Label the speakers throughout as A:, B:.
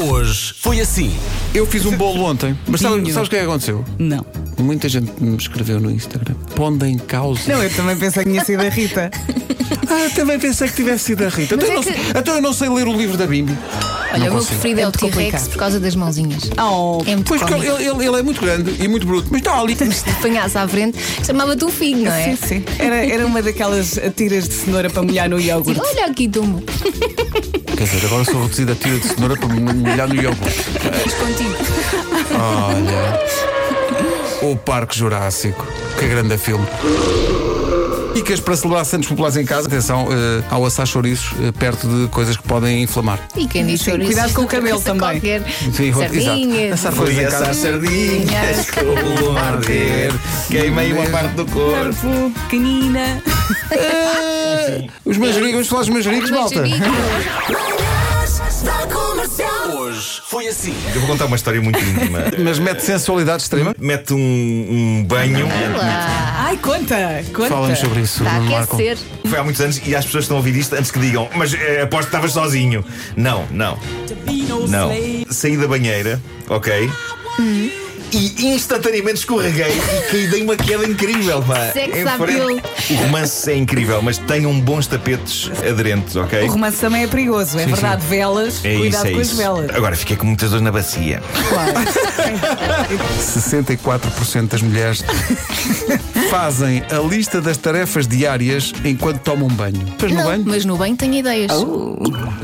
A: hoje foi assim.
B: Eu fiz um bolo ontem, mas sabe,
C: Vinho.
B: sabes o que é que aconteceu?
C: Não.
B: Muita gente me escreveu no Instagram. Pondo em causa.
C: Não, eu também pensei que tinha sido a Rita.
B: Ah, também pensei que tivesse sido a Rita. Então,
D: Mas
B: eu, não,
D: é que-
B: então eu não sei ler o livro da Bimbi.
D: Olha, o meu
B: consigo.
D: preferido é,
C: É
D: o
C: muito
D: T-Rex
C: complicado.
D: por causa das mãozinhas.
C: Oh,
D: é muito
B: Pois porque
D: cómico.
B: ele, ele- ele é muito grande e muito bruto, mas está ali.
D: Se te apanhasse à frente, chamava-te um filho, não é?
C: Sim, sim. Era, era uma daquelas tiras de cenoura para molhar no iogurte.
D: Olha aqui, Dumbo.
B: Quer dizer, agora sou reduzido a tira de cenoura para molhar no iogurte.
D: Mas contigo.
B: Olha. O Parque Jurássico. Que grande filme. Dicas para celebrar Santos Populares em casa. Atenção eh, ao assar chouriços eh, perto de coisas que podem inflamar.
D: E quem diz
C: Sim,
D: chouriços,
C: cuidado com o cabelo
D: coisa
C: também.
D: Qualquer.
B: Sim, exato.
D: Sardinhas.
B: Assar coisas em casa.
A: sardinhas com o arder. Queimei uma parte do corpo.
C: Pequenina.
B: Eh, Os manjericos, vamos falar dos manjericos, malta.
D: Manjericas.
A: Hoje foi assim.
E: Eu vou contar uma história muito íntima.
B: Mas mete sensualidade extrema.
E: Mete um, um banho.
D: Olá.
C: Ai, conta, conta.
B: Fala-nos sobre isso,
D: Está a
B: Nuno Marco.
D: aquecer.
E: Foi há muitos anos e as pessoas que estão a ouvir isto antes que digam, mas eh, aposto que estavas sozinho. Não, não, não. Saí da banheira, ok?
C: Hum.
E: E instantaneamente escorreguei e caí, dei uma queda incrível, pá.
D: Sex
E: Em frente- O romance é incrível, mas tenham bons tapetes aderentes, ok?
C: O romance também é perigoso, é verdade. Velas,
E: É
C: cuidado
E: isso, é
C: com as
E: isso.
C: velas.
E: Agora fiquei com muitas dores na bacia.
B: 64% das mulheres fazem a lista das tarefas diárias enquanto tomam banho. Depois no
D: Não,
B: banho,
D: mas no banho tem ideias.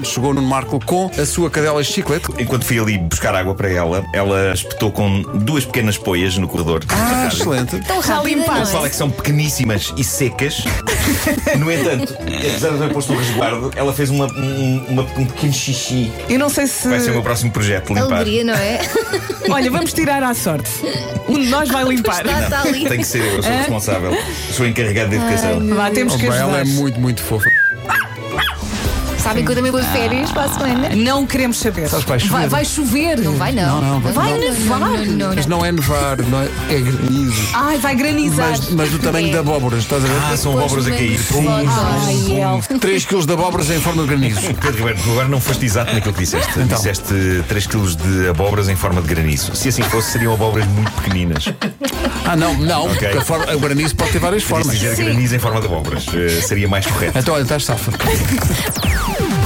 B: chegou no Marco com a sua cadela chiclete.
E: Enquanto fui ali buscar água para ela, ela espetou com duas pequenas poias no corredor.
B: Ah, excelente.
D: Tão rápida,
C: limpar.
D: não é?
E: Ela fala que são pequeníssimas e secas. No entanto, apesar de ter posto um resguardo, ela fez uma, um, uma- um pequeno xixi.
C: Eu não sei se.
E: Vai ser o meu próximo projeto, limpar.
D: Alegria, não é?
C: Olha, vamos tirar à sorte. Um de nós vai limpar.
D: Está, está ali.
E: Tem que ser eu, eu sou responsável. Sou encarregado de educação.
C: Vá, temos que
B: Opa, ela
C: ajudar.
B: é muito, muito fofa.
D: Sabem que eu também vou de férias para a semana.
C: Não queremos saber.
B: Sabes, pai,
C: Vai,
B: chuva.
C: vai chover.
D: Não vai, não.
B: Não, não, vai
C: não.
D: nevar.
C: Não, não,
D: não.
B: Mas não é nevar, não é, é granizo.
C: Ai, vai granizar.
B: Mas, mas do tamanho
D: É.
B: de abóboras, estás a ver?
E: Ah, são
D: Depois
E: abóboras a
D: vem
E: cair. um
D: os
E: Pum,
D: fogos.
E: zum, zum.
C: Ai, El.
B: 3 kg de abóboras em forma de granizo.
E: Pedro Ribeiro, tu agora não foste exato naquilo que disseste. Disseste 3 kg de abóboras em forma de granizo. Se assim fosse, seriam abóboras muito pequeninas.
B: Ah, não, não.
E: Ok.
B: porque a forma- o granizo pode ter várias
E: Podias
B: formas.
E: dizer granizo em forma de abóboras. Eh, seria mais correto.
B: Então, olha, estás safa.